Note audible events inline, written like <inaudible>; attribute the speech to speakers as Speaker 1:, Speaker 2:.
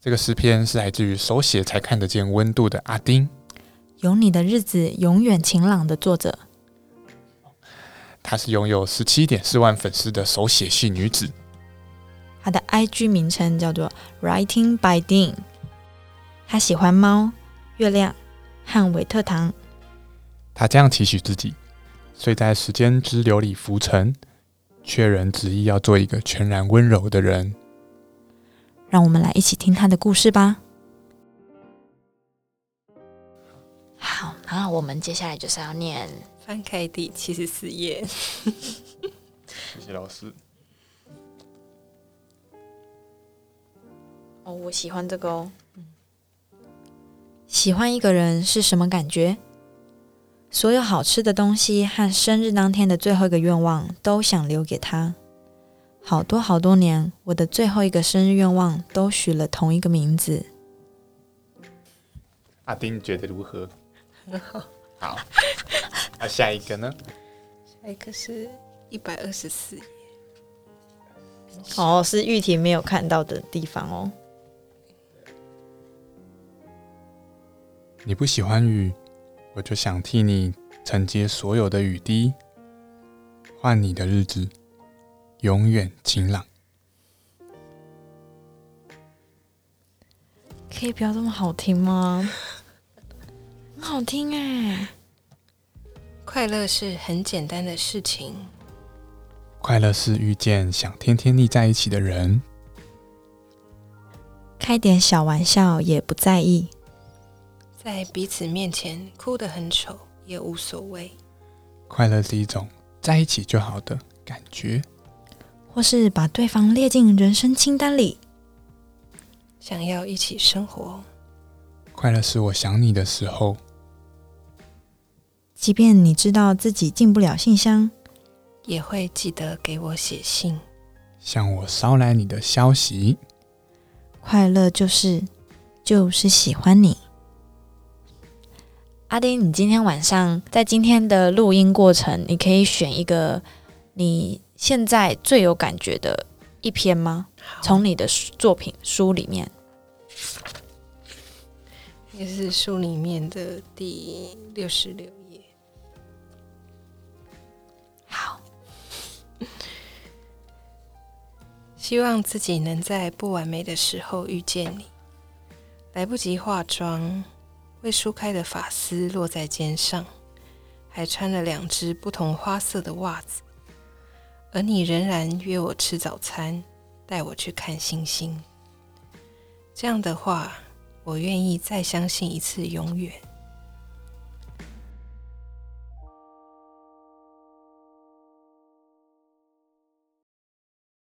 Speaker 1: 这个诗篇是来自于手写才看得见温度的阿丁，
Speaker 2: 有你的日子永远晴朗的作者，
Speaker 1: 她是拥有十七点四万粉丝的手写系女子。
Speaker 2: 她的 IG 名称叫做 Writing by Dean。她喜欢猫、月亮和韦特糖。
Speaker 1: 她这样期许自己，虽在时间之流里浮沉，却仍执意要做一个全然温柔的人。
Speaker 2: 让我们来一起听她的故事吧。好，然后我们接下来就是要念
Speaker 3: 翻开第七十四页，
Speaker 1: 谢谢老师。
Speaker 2: 哦，我喜欢这个哦。喜欢一个人是什么感觉？所有好吃的东西和生日当天的最后一个愿望都想留给他。好多好多年，我的最后一个生日愿望都许了同一个名字。
Speaker 1: 阿丁觉得如何？
Speaker 3: 很好。
Speaker 1: 好，那下一个呢？
Speaker 3: 下一个是一百二十四页，
Speaker 2: 哦，是玉婷没有看到的地方哦。
Speaker 1: 你不喜欢雨，我就想替你承接所有的雨滴，换你的日子永远晴朗。
Speaker 2: 可以不要这么好听吗？很 <laughs> 好听哎，
Speaker 3: 快乐是很简单的事情，
Speaker 1: 快乐是遇见想天天腻在一起的人，
Speaker 2: 开点小玩笑也不在意，
Speaker 3: 在彼此面前哭得很丑也无所谓。
Speaker 1: 快乐是一种在一起就好的感觉。
Speaker 2: 或是把对方列进人生清单里。
Speaker 3: 想要一起生活，
Speaker 1: 快乐是我想你的时候，
Speaker 2: 即便你知道自己进不了信箱，
Speaker 3: 也会记得给我写信。
Speaker 1: 向我捎来你的消息。
Speaker 2: 快乐就是就是喜欢你。阿丁，你今天晚上在今天的录音过程，你可以选一个你现在最有感觉的一篇吗？从你的书作品书里面，
Speaker 3: 也是书里面的第六十六页。
Speaker 2: 好，
Speaker 3: 希望自己能在不完美的时候遇见你。来不及化妆，未梳开的发丝落在肩上，还穿了两只不同花色的袜子。而你仍然约我吃早餐，带我去看星星。这样的话，我愿意再相信一次永远。